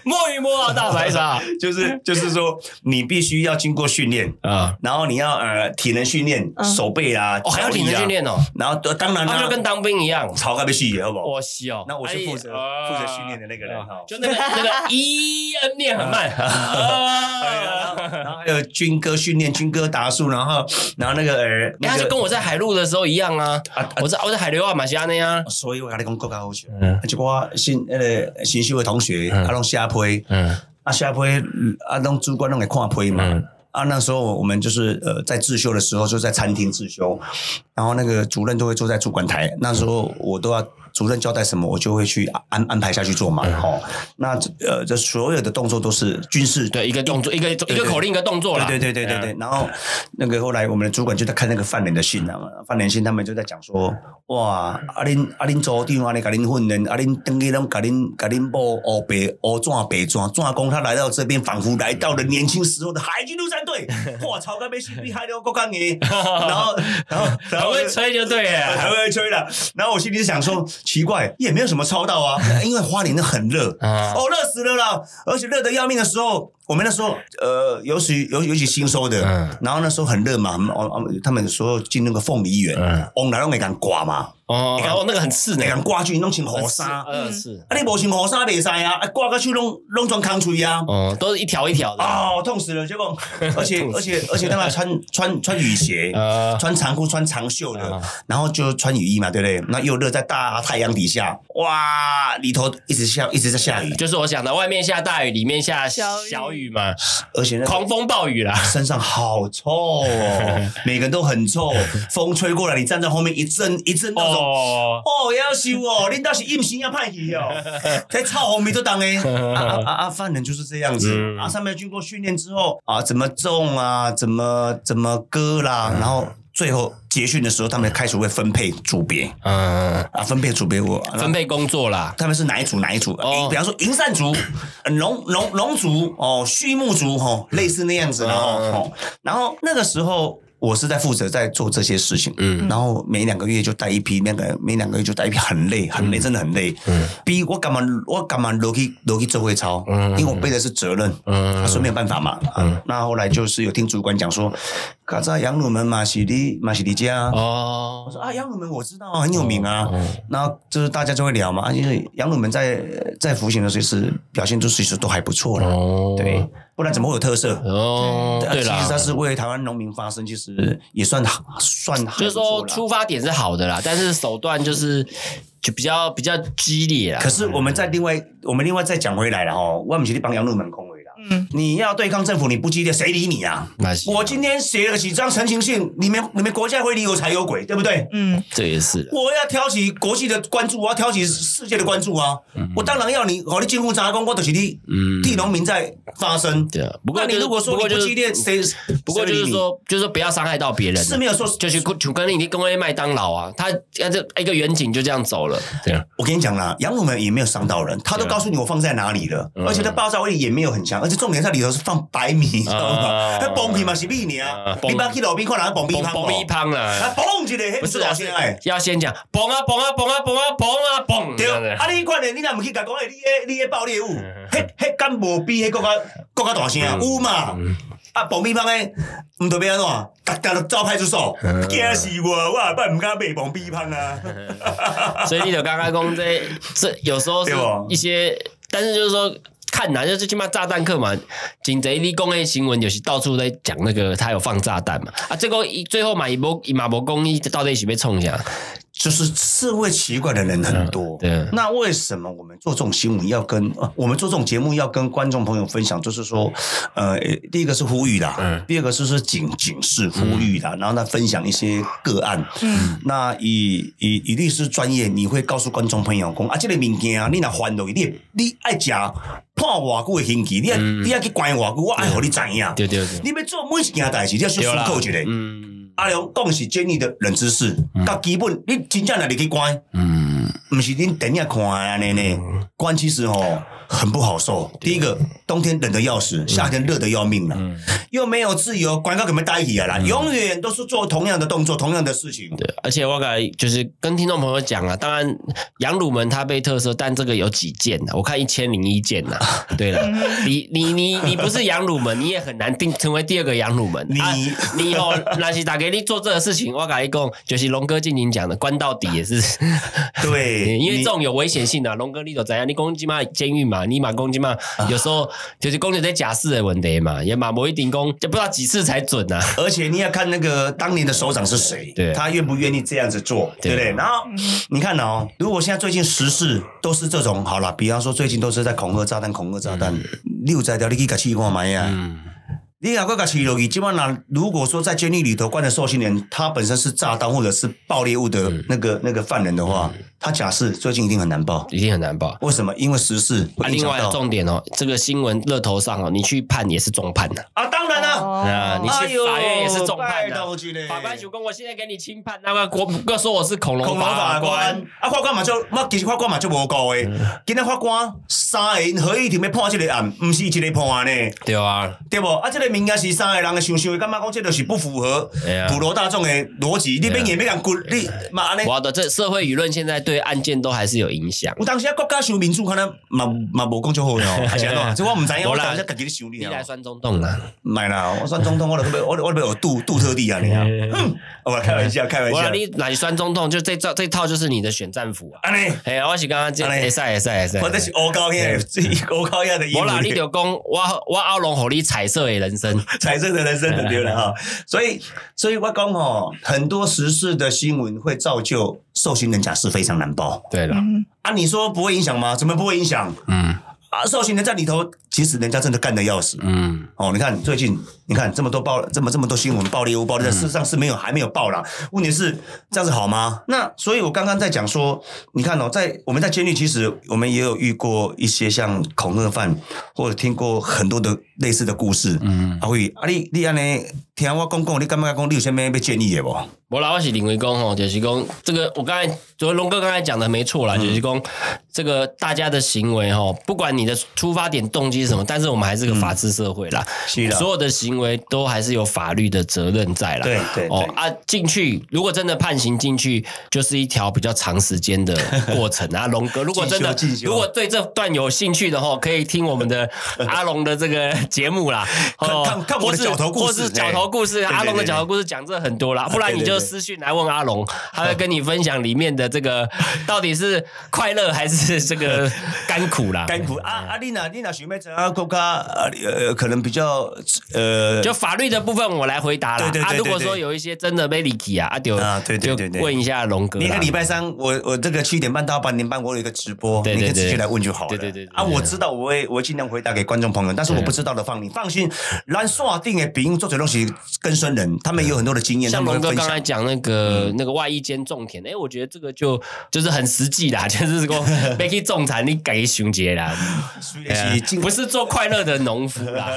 Speaker 3: 摸一摸啊，大 白鲨
Speaker 2: 就是就是说，你必须要经过训练，
Speaker 3: 啊，
Speaker 2: 然后你要呃体能训练，
Speaker 1: 嗯
Speaker 2: 手背啊，
Speaker 3: 哦，还要
Speaker 2: 脚力
Speaker 3: 体
Speaker 2: 啊
Speaker 3: 能训，练哦，
Speaker 2: 然后呃当然
Speaker 3: 他
Speaker 2: 啦
Speaker 3: 就跟当兵一样。
Speaker 2: 草干被训练，好不好？
Speaker 3: 我西哦，
Speaker 2: 那我是负责
Speaker 3: 哎啊
Speaker 2: 负责训练的那个人哈
Speaker 3: 就那个那 个一念很慢，
Speaker 2: 哎然
Speaker 3: 啊
Speaker 2: 后 然后还有军歌训练，军歌达数，然后然后那个呃
Speaker 3: 哎
Speaker 2: 那
Speaker 3: 他就
Speaker 2: 个
Speaker 3: 跟我在海陆的时候一样啊，我在我在海流啊马西亚那样啊，
Speaker 2: 所以我跟你讲，国家好笑啊
Speaker 3: 嗯，
Speaker 2: 一寡新呃新修的同学，
Speaker 3: 嗯
Speaker 2: 他拢下批，
Speaker 3: 嗯
Speaker 2: 啊下批啊，拢主管拢会看批嘛。
Speaker 3: 嗯
Speaker 2: 啊，那时候我们就是呃，在自修的时候就在餐厅自修，然后那个主任都会坐在主管台。那时候我都要主任交代什么，我就会去安安排下去做嘛。哦，那呃，这所有的动作都是军事
Speaker 3: 对，一个动作一个一个口令一个动作啦，嗯
Speaker 2: 对对对对对对。然后那个后来我们的主管就在看那个范人的信啊，范人信他们就在讲说，哇，啊恁啊恁组长啊，尼甲恁训练，啊恁等于拢甲恁甲恁某乌白乌转白转转工，他来到这边仿佛来到了年轻时候的海军陆战 队，哇，操，干被信比海流哦国干硬，然后然后然
Speaker 3: 很
Speaker 2: 后
Speaker 3: 会吹就对
Speaker 2: 还
Speaker 3: 了，
Speaker 2: 会吹了。然后我心里想说，奇怪，也没有什么超到啊，因为花莲那很热，
Speaker 3: 啊
Speaker 2: 哦，热死了啦，而且热得要命的时候。我们那时候，呃，尤其尤尤其新收的，
Speaker 3: 嗯
Speaker 2: 然后那时候很热嘛，哦哦，他们说进那个凤梨园，
Speaker 3: 嗯
Speaker 2: 往哪拢会敢刮嘛，
Speaker 3: 哦哦那个很刺呢
Speaker 2: 会，敢刮去弄成雨衫，啊，
Speaker 3: 二是
Speaker 2: 你无穿雨衫袂使啊，啊刮过去弄弄成空吹啊，
Speaker 3: 哦都是一条一条的，
Speaker 2: 哦，痛死了！结果，而且
Speaker 3: 痛死
Speaker 2: 而且而且他们穿穿穿雨鞋，
Speaker 3: 啊
Speaker 2: 穿长裤、穿长袖的
Speaker 3: 啊，
Speaker 2: 然后就穿雨衣嘛，对不对？那又热，在大太阳底下，哇，里头一直下，一直在 下雨，
Speaker 3: 就是我想的，外面下大雨，里面下
Speaker 1: 小雨
Speaker 3: 小雨嘛，
Speaker 2: 而且那个
Speaker 3: 狂风暴雨啦。
Speaker 2: 身上好臭哦，每个人都很 臭，风吹过来，你站在后面一阵一阵那种。
Speaker 3: 哦，
Speaker 2: 哦，要修 哦，你倒是硬心要派去哦，在操红米都当哎，啊啊啊啊！犯人就是这样子、
Speaker 3: 嗯
Speaker 2: 啊，上面经过训练之后啊，怎么种啊，怎么怎么割啦，
Speaker 3: 嗯
Speaker 2: 然后最后结训的时候，他们开始会分配组别
Speaker 3: 嗯，
Speaker 2: 啊，分配组别我
Speaker 3: 分配工作啦，
Speaker 2: 他们是哪一组哪一组？
Speaker 3: 哦
Speaker 2: 比方说银善族、呃龙龙龙族哦，畜牧族哦，类似那样子的哦。
Speaker 3: 嗯
Speaker 2: 哦然后那个时候。我是在负责在做这些事情，
Speaker 3: 嗯
Speaker 2: 嗯，然后每两个月就带一批，那个每两个月就带一批，很累，很累，真的很累。嗯，逼我干嘛？我干嘛楼梯楼梯做会操？
Speaker 3: 嗯
Speaker 2: 因为我背的是责任，啊
Speaker 3: 嗯
Speaker 2: 嗯，说没有办法嘛。嗯，那后来就是有听主管讲说，卡扎杨鲁门马喜利马喜利家。
Speaker 3: 哦
Speaker 2: 我，说啊，杨鲁门我知道啊，很有名啊。
Speaker 3: 嗯
Speaker 2: 那就是大家就会聊嘛，啊因为杨鲁门在在服刑的时候是表现出其实都还不错了，
Speaker 3: 哦，
Speaker 2: 对，，不然怎么会有特色？
Speaker 3: 哦，
Speaker 2: 啊
Speaker 3: 对
Speaker 2: 其实他
Speaker 3: 啦。
Speaker 2: 是为台湾农民发声，其实也算算还不错
Speaker 3: 就是说
Speaker 2: 啦
Speaker 3: 出发点是好的啦，但是手段就是就比较比较激烈啦。
Speaker 2: 可是我们在另外我们另外再讲回来了哈，我们去帮杨鲁门恭维了。
Speaker 1: 嗯，
Speaker 2: 你要对抗政府，你不激烈，谁理你啊？
Speaker 3: 那是
Speaker 2: 我今天写了几张陈情信，你们你们国家会理我才有鬼，对不对？
Speaker 1: 嗯，
Speaker 3: 这也是啦
Speaker 2: 我要挑起国际的关注，我要挑起世界的关注啊！我当然要你，我的进户杂工，我就是你
Speaker 3: 嗯
Speaker 2: 替农民在发声。
Speaker 3: 对啊。不过
Speaker 2: 那
Speaker 3: 就
Speaker 2: 你
Speaker 3: 是
Speaker 2: 如果说
Speaker 3: 不过
Speaker 2: 你
Speaker 3: 就
Speaker 2: 不
Speaker 3: 是
Speaker 2: 激烈，谁？
Speaker 3: 不过就是
Speaker 2: 谁理你
Speaker 3: 说，就是说不要伤害到别人啊，
Speaker 2: 是没有说，
Speaker 3: 就是就跟你跟麦当劳啊，他他这一个远景就这样走了，这样
Speaker 2: 我跟你讲啦，养母们也没有伤到人，他都
Speaker 3: 对啊
Speaker 2: 告诉你我放在哪里了，
Speaker 3: 嗯
Speaker 2: 而且他爆炸威力也没有很强，而且重点在里头是放白米，你知道吗？
Speaker 3: 啊
Speaker 2: 那崩皮嘛是米你啊
Speaker 3: 啊，
Speaker 2: 你把去路边看人崩皮
Speaker 3: 嘣
Speaker 2: 汤
Speaker 3: 嘣咪
Speaker 2: 哦，
Speaker 3: 胖
Speaker 2: 啊
Speaker 3: 了，
Speaker 2: 崩一个，那
Speaker 3: 不
Speaker 2: 不是
Speaker 3: 是
Speaker 2: 我
Speaker 3: 啊，
Speaker 2: 现
Speaker 3: 是
Speaker 2: 在。
Speaker 3: 要先讲嘣啊嘣啊嘣啊嘣啊嘣啊嘣，
Speaker 2: 对，
Speaker 3: 这样子
Speaker 2: 啊！你看咧，你若毋去甲讲，诶，你迄你迄爆裂物，迄迄敢无比迄更较更较大声啊？有嘛？啊，爆米棒诶，毋着要安怎？逐家都走派出所，惊死我！我也捌毋敢卖爆米棒啊！
Speaker 3: 所以你就刚刚讲这这有时候是
Speaker 2: 对哦
Speaker 3: 一些，但是就是说。看呐、就是去骂炸弹客嘛，警贼立公的新闻有时到处在讲那个他有放炸弹嘛啊，这个一最后嘛一波一马博公一到底是被冲一下，
Speaker 2: 就是社会奇怪的人很多。
Speaker 3: 对啊
Speaker 2: 那为什么我们做这种新闻要跟、呃我们做这种节目要跟观众朋友分享？就是说，呃，第一个是呼吁啦，
Speaker 3: 嗯
Speaker 2: 第二个是说警警示呼吁啦，然后呢分享一些个案。
Speaker 1: 嗯
Speaker 2: 那以以以律师专业，你会告诉观众朋友讲啊，这个物件啊，你若翻落去，你你爱食判偌久的刑期，你爱、你爱去关偌久，我爱互你知影。
Speaker 3: 嗯对对对，
Speaker 2: 你要做每一件代志，你要去思
Speaker 3: 对啦
Speaker 2: 考一下。
Speaker 3: 嗯
Speaker 2: 阿良讲是建立的冷知识，甲、基本你真正来入去关，
Speaker 3: 嗯，
Speaker 2: 毋是恁电影看的安尼呢。关其实吼很不好受。第一个，冬天冷的要死，
Speaker 3: 嗯
Speaker 2: 夏天热的要命了，又没有自由，关到给们待起来啦，
Speaker 3: 嗯
Speaker 2: 永远都是做同样的动作，同样的事情。
Speaker 3: 对，而且我感觉就是跟听众朋友讲啊，当然杨鲁门他被特赦，但这个有几件呢、我看一千零一件呐、对了，你你你你不是杨鲁门，你也很难定成为第二个杨鲁门。
Speaker 2: 你
Speaker 3: 啊、 你以后那是打给你做这个事情，我感觉讲就是龙哥进行讲的，关到底也 是，
Speaker 2: 对，
Speaker 3: 因为
Speaker 2: 你
Speaker 3: 这种有危险性的、啊。龙哥你都怎样？你攻击嘛监狱嘛，你嘛攻击嘛，有时候就是攻击在假释的问题嘛，也嘛不一定攻，就不知道几次才准啊。
Speaker 2: 而且你要看那个当年的首长是谁，
Speaker 3: 对
Speaker 2: 他愿不愿意这样子做，对
Speaker 3: 对
Speaker 2: 不对？然后你看哦，如果现在最近时事都是这种，好了，比方说最近都是在恐吓炸弹、恐吓炸弹，你有在掉你去给试看买呀、
Speaker 3: 嗯，
Speaker 2: 你两个给试落去，基本上如果说在监狱里头关的受刑人，他本身是炸弹或者是爆裂物
Speaker 3: 嗯
Speaker 2: 的那个、那个犯人的话，他假释最近一定很难报。
Speaker 3: 一定很难报。
Speaker 2: 为什么？因为时事
Speaker 3: 啊，
Speaker 2: 会影
Speaker 3: 另
Speaker 2: 响
Speaker 3: 外
Speaker 2: 到
Speaker 3: 重点哦，这个新闻热头上哦，你去判也是中判的、
Speaker 2: 啊，当然了、
Speaker 3: 啊你
Speaker 1: 哦
Speaker 3: 去
Speaker 2: 哎呦，
Speaker 3: 法院也是重判的
Speaker 2: 拜托去嘞
Speaker 3: 法官主公，我现在给你轻判，那个国哥说我是恐龙
Speaker 2: 恐龙法官
Speaker 3: 官，，嗯
Speaker 2: 啊，法官嘛就，嘛其实法官嘛就无告的。今天法官三个人合议庭要判这个案，毋是一个判呢，
Speaker 3: 对啊，
Speaker 2: 对无？啊，这个物件是三个人的想想的，感觉讲这就是不符合
Speaker 3: 哎呀
Speaker 2: 普罗大众的逻辑，你
Speaker 3: 哎呀
Speaker 2: 免也免人滚，你嘛安尼。
Speaker 3: 我的这社会舆论现在对案件都还是有影响。
Speaker 2: 有当时啊，国家想民主，可能嘛嘛无讲就好了 哦，还是安怎？这我毋知影，
Speaker 3: 哎无
Speaker 2: 我
Speaker 3: 啦
Speaker 2: 当时家己咧想你
Speaker 3: 你来
Speaker 2: 啊。
Speaker 3: 酸中洞啦，
Speaker 2: 买啦，我选总统，我就要我就我就要有杜杜特地啊，你啊，哼，我开玩笑，开玩
Speaker 3: 我
Speaker 2: 笑
Speaker 3: 哎让。你来酸中洞，就这套这套就是你的选战服啊。
Speaker 2: 安尼，
Speaker 3: 哎呀，我是刚刚这
Speaker 2: 啊嘞
Speaker 3: 哎赛哎赛哎赛，
Speaker 2: 我这是欧高亚， 欧高亚的衣服。
Speaker 3: 我啦，你就讲我我阿龙吼你彩色的人生，
Speaker 2: 财政的人生很丢人哈。所以，所以我讲哦，很多时事的新闻会造就受刑人假释非常难报
Speaker 3: 对了，
Speaker 1: 嗯
Speaker 2: 啊。你说不会影响吗？怎么不会影响
Speaker 3: 嗯
Speaker 2: 啊？受刑人在里头，其实人家真的干的要死。
Speaker 3: 嗯，
Speaker 2: 哦，你看最近，你看这么多暴，这么这么多新闻暴力无暴力，但事实上是没有，还没有爆啦。问题是这样子好吗？那所以，我刚刚在讲说，你看哦，在我们在监狱，其实我们也有遇过一些像恐吓犯，或者听过很多的类似的故事。嗯，阿慧，啊你你安尼听我讲讲，你感觉讲你有啥物要建议的无？
Speaker 3: 我啦，我是认为讲吼，就是讲这个，我刚才昨天龙哥刚
Speaker 2: 嗯
Speaker 3: 才讲的没错啦，就是讲这个大家的行为吼，不管你的出发点动机是什么，但是我们还是个
Speaker 2: 嗯
Speaker 3: 法治社会啦，
Speaker 2: 是啦
Speaker 3: 所有的行为都还是有法律的责任在啦。
Speaker 2: 对对
Speaker 3: 哦
Speaker 2: 对
Speaker 3: 啊，进去如果真的判刑进去，就是一条比较长时间的过 程啊。龙哥，如果真的
Speaker 2: 进修进修
Speaker 3: 如果对这段有兴趣的话，可以听我们的阿龙的这个节目啦，
Speaker 2: 看
Speaker 3: 哦
Speaker 2: 看看我的
Speaker 3: 或是
Speaker 2: 角头故事
Speaker 3: 或是
Speaker 2: 哎
Speaker 3: 角头故事，
Speaker 2: 对对
Speaker 3: 阿龙的
Speaker 2: 对
Speaker 3: 角头故事讲这很多啦，不然你
Speaker 2: 对
Speaker 3: 就
Speaker 2: 对对
Speaker 3: 私讯来问阿龙，他会跟你分享里面的这个到底是快乐还是这 个甘苦啦。
Speaker 2: 甘苦啊啊！你那你那想要怎样更加啊呃，可能比较呃，
Speaker 3: 就法律的部分我来回答啦
Speaker 2: 对对。对
Speaker 3: 啊，
Speaker 2: 对
Speaker 3: 如果
Speaker 2: 对
Speaker 3: 说有一些真的被 l i 啊，啊就
Speaker 2: 啊对对
Speaker 3: 就
Speaker 2: 对对
Speaker 3: 问一下龙哥啦。
Speaker 2: 你那个礼拜三，我我这个七点半到八点半，我有一个直播，
Speaker 3: 对对
Speaker 2: 你可以直接
Speaker 3: 对
Speaker 2: 来问就好了。
Speaker 3: 对对对对
Speaker 2: 啊，
Speaker 3: 对
Speaker 2: 我知道，我会我会尽量回答给观众朋友，但是我不知道的放你放心，蓝刷定的比用做这东西跟生人，他们有很多的经验，他
Speaker 3: 像
Speaker 2: 们
Speaker 3: 龙
Speaker 2: 会
Speaker 3: 哥
Speaker 2: 分
Speaker 3: 刚才
Speaker 2: 享。
Speaker 3: 讲那个、那个外衣间种田，哎、我觉得这个就就是很实际啦， 就是说被去种田，你改熊 杰啦，
Speaker 2: 虽
Speaker 3: 哎
Speaker 2: 然
Speaker 3: 呀
Speaker 2: 是进
Speaker 3: 不是做快乐的农夫 啦，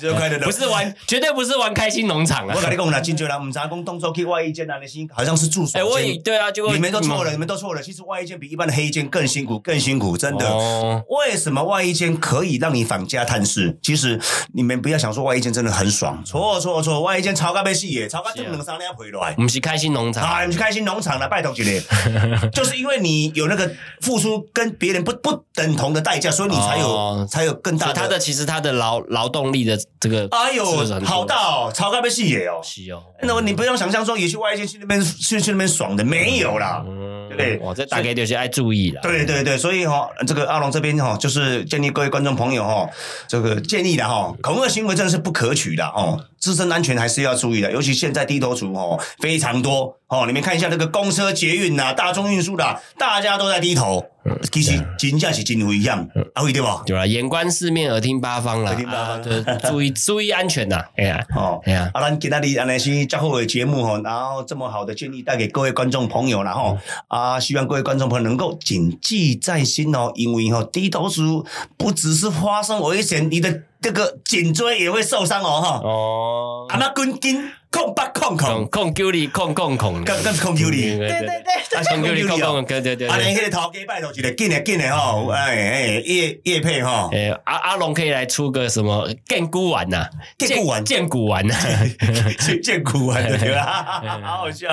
Speaker 2: 就快乐的，
Speaker 3: 不是玩，绝对不是玩开心农场啊
Speaker 2: 我。跟你讲啦，进去啦，我们常讲动作去外一间啊，那些好像是住所
Speaker 3: 哎、我
Speaker 2: 间
Speaker 3: 也对啊，结果
Speaker 2: 你们都错了，你们都错了。其实外衣间比一般的黑衣间更辛苦，更辛苦，真的。
Speaker 3: 哦
Speaker 2: 为什么外衣间可以让你返家探视？其实你们不要想说外衣间真的很爽，错错错，外衣间超咖被戏耶，超咖
Speaker 3: 是啊
Speaker 2: 正能商要回来。
Speaker 3: 我们是开心农场，
Speaker 2: 啊！你去开心农场了，拜托姐嘞， 就是因为你有那个付出跟别人不不等同的代价，所以你才有、
Speaker 3: 哦
Speaker 2: 才有更
Speaker 3: 所
Speaker 2: 大
Speaker 3: 以他
Speaker 2: 的
Speaker 3: 的。其实他的劳劳动力的这个，
Speaker 2: 哎
Speaker 3: 是不
Speaker 2: 呦
Speaker 3: 是很，多
Speaker 2: 好大哦，超咖被戏耶哦。
Speaker 3: 是哦，
Speaker 2: 那么你不用想象说也去外间去那边去去那边爽的，没有啦。
Speaker 3: 嗯
Speaker 1: 哦
Speaker 2: 对不对
Speaker 3: 我这大概就是爱注意啦。
Speaker 2: 对对对，所以哈、这个阿龙这边哈、就是建议各位观众朋友哈、这个建议的哈、恐吓行为真的是不可取的哦，自身安全还是要注意的，尤其现在低头族哦非常多哦，你们看一下这个公车、捷运呐、大众运输的、大家都在低头，其实真正是真危险，阿伟对吧？
Speaker 3: 对吧？眼观四面，耳听八方啦，
Speaker 2: 耳听 八方
Speaker 3: 啊对，注意注意安全呐，哎呀，
Speaker 2: 哦，
Speaker 3: 哎呀，
Speaker 2: 啊，咱今天的安尼是较好的节目吼，然后这么好的建议带给各位观众朋友啦
Speaker 3: 嗯
Speaker 2: 吼，啊，希望各位观众朋友能够谨记在心哦，因为吼低头族不只是发生危险，你的这个颈椎也会受伤哦哈，
Speaker 3: 哦
Speaker 2: 啊，，那根筋控八控
Speaker 3: 控
Speaker 2: 控，
Speaker 3: 控 Q 力控控控，
Speaker 2: 更更控有你。
Speaker 1: 对对对对
Speaker 3: 啊，控 Q 力控
Speaker 2: 控 Q 力哦
Speaker 3: 控，对对对嗯
Speaker 2: 啊，
Speaker 3: 对。
Speaker 2: 你迄个头家拜托一个，紧的紧的吼，哎哎，叶叶配吼，
Speaker 3: 哎，阿阿龙可以来出个什么健骨丸呐？
Speaker 2: 健骨丸
Speaker 3: 健骨 丸呐？啊
Speaker 2: 去见古玩 的对
Speaker 1: 哎
Speaker 2: 吧？好好笑。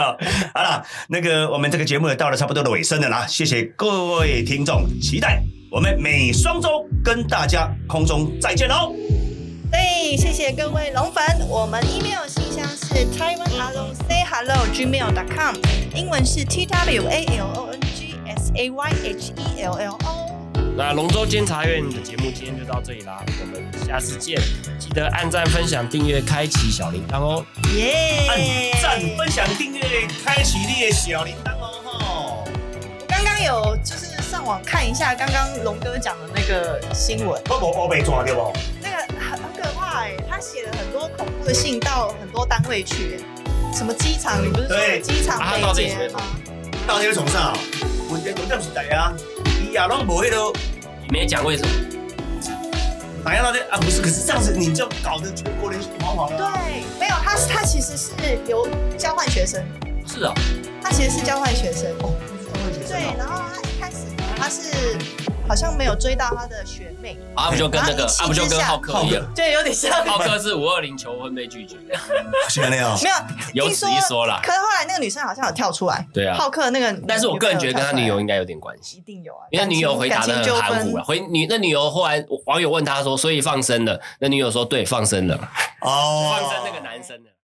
Speaker 2: 好了，那个我们这个节目也到了差不多的尾声了啦，谢谢各位听众，期待我们每双周跟大家空中再见喽。
Speaker 1: 所以谢谢各位龙粉，我们 email 信箱是 taiwan hello say hello gmail dot com，英文是 t w a l o n g s a y h e l l o，
Speaker 3: 那龙舟监察院的节目今天就到这里啦，我们下次见，记得按赞、分享、订阅、开启小铃铛哦。
Speaker 2: 按
Speaker 1: 耶！
Speaker 2: 赞、分享、订阅，开启你的小铃铛哦！吼
Speaker 1: 刚刚有就是上网看一下刚刚龙哥讲的那个新闻，
Speaker 2: 我无我被抓哦对不？
Speaker 1: 那个很很可怕哎、他写了很多恐怖的信到很多单位去、什么机场，你不是说有
Speaker 2: 对
Speaker 1: 机场
Speaker 3: 啊他到
Speaker 1: 被
Speaker 3: 底
Speaker 1: 劫
Speaker 3: 写
Speaker 1: 吗？
Speaker 2: 到底要从啥？问题重点是谁啊？伊也拢无迄个，
Speaker 3: 你没讲为什么？
Speaker 2: 哪样到底啊？不是，可是这样子你就搞得全国人心惶惶了啊。
Speaker 1: 对，没有，他他其实是有交换学生，
Speaker 3: 是啊，
Speaker 1: 他其实是交换学生。对
Speaker 2: 对，
Speaker 1: 然后他一开始他是好像没有追到他的学妹，
Speaker 3: 啊不就跟那个
Speaker 1: 啊一气
Speaker 2: 哎
Speaker 3: 啊不就
Speaker 1: 之
Speaker 3: 跟
Speaker 1: 下
Speaker 3: 浩克一样，
Speaker 1: 就有点像。
Speaker 3: 浩哥是五二零求婚被拒 绝。
Speaker 2: 是安尼哦。
Speaker 1: 没有，
Speaker 3: 有
Speaker 1: 听
Speaker 3: 此一说啦
Speaker 1: 可是后来那个女生好像有跳出来，
Speaker 3: 对啊
Speaker 1: 浩克那个女，
Speaker 3: 但是我个人觉得跟他女
Speaker 1: 有
Speaker 3: 友
Speaker 1: 跳出来
Speaker 3: 应该有点关系，
Speaker 1: 一定有啊，
Speaker 3: 因为
Speaker 1: 感
Speaker 3: 女
Speaker 1: 情
Speaker 3: 友回答的
Speaker 1: 感情
Speaker 3: 很
Speaker 1: 纠
Speaker 3: 含糊啊
Speaker 1: 纷
Speaker 3: 了。回女那女友后来网友问他说，所以放生了，那女友说对，放生了，
Speaker 2: 哦
Speaker 3: 放生那个男生了。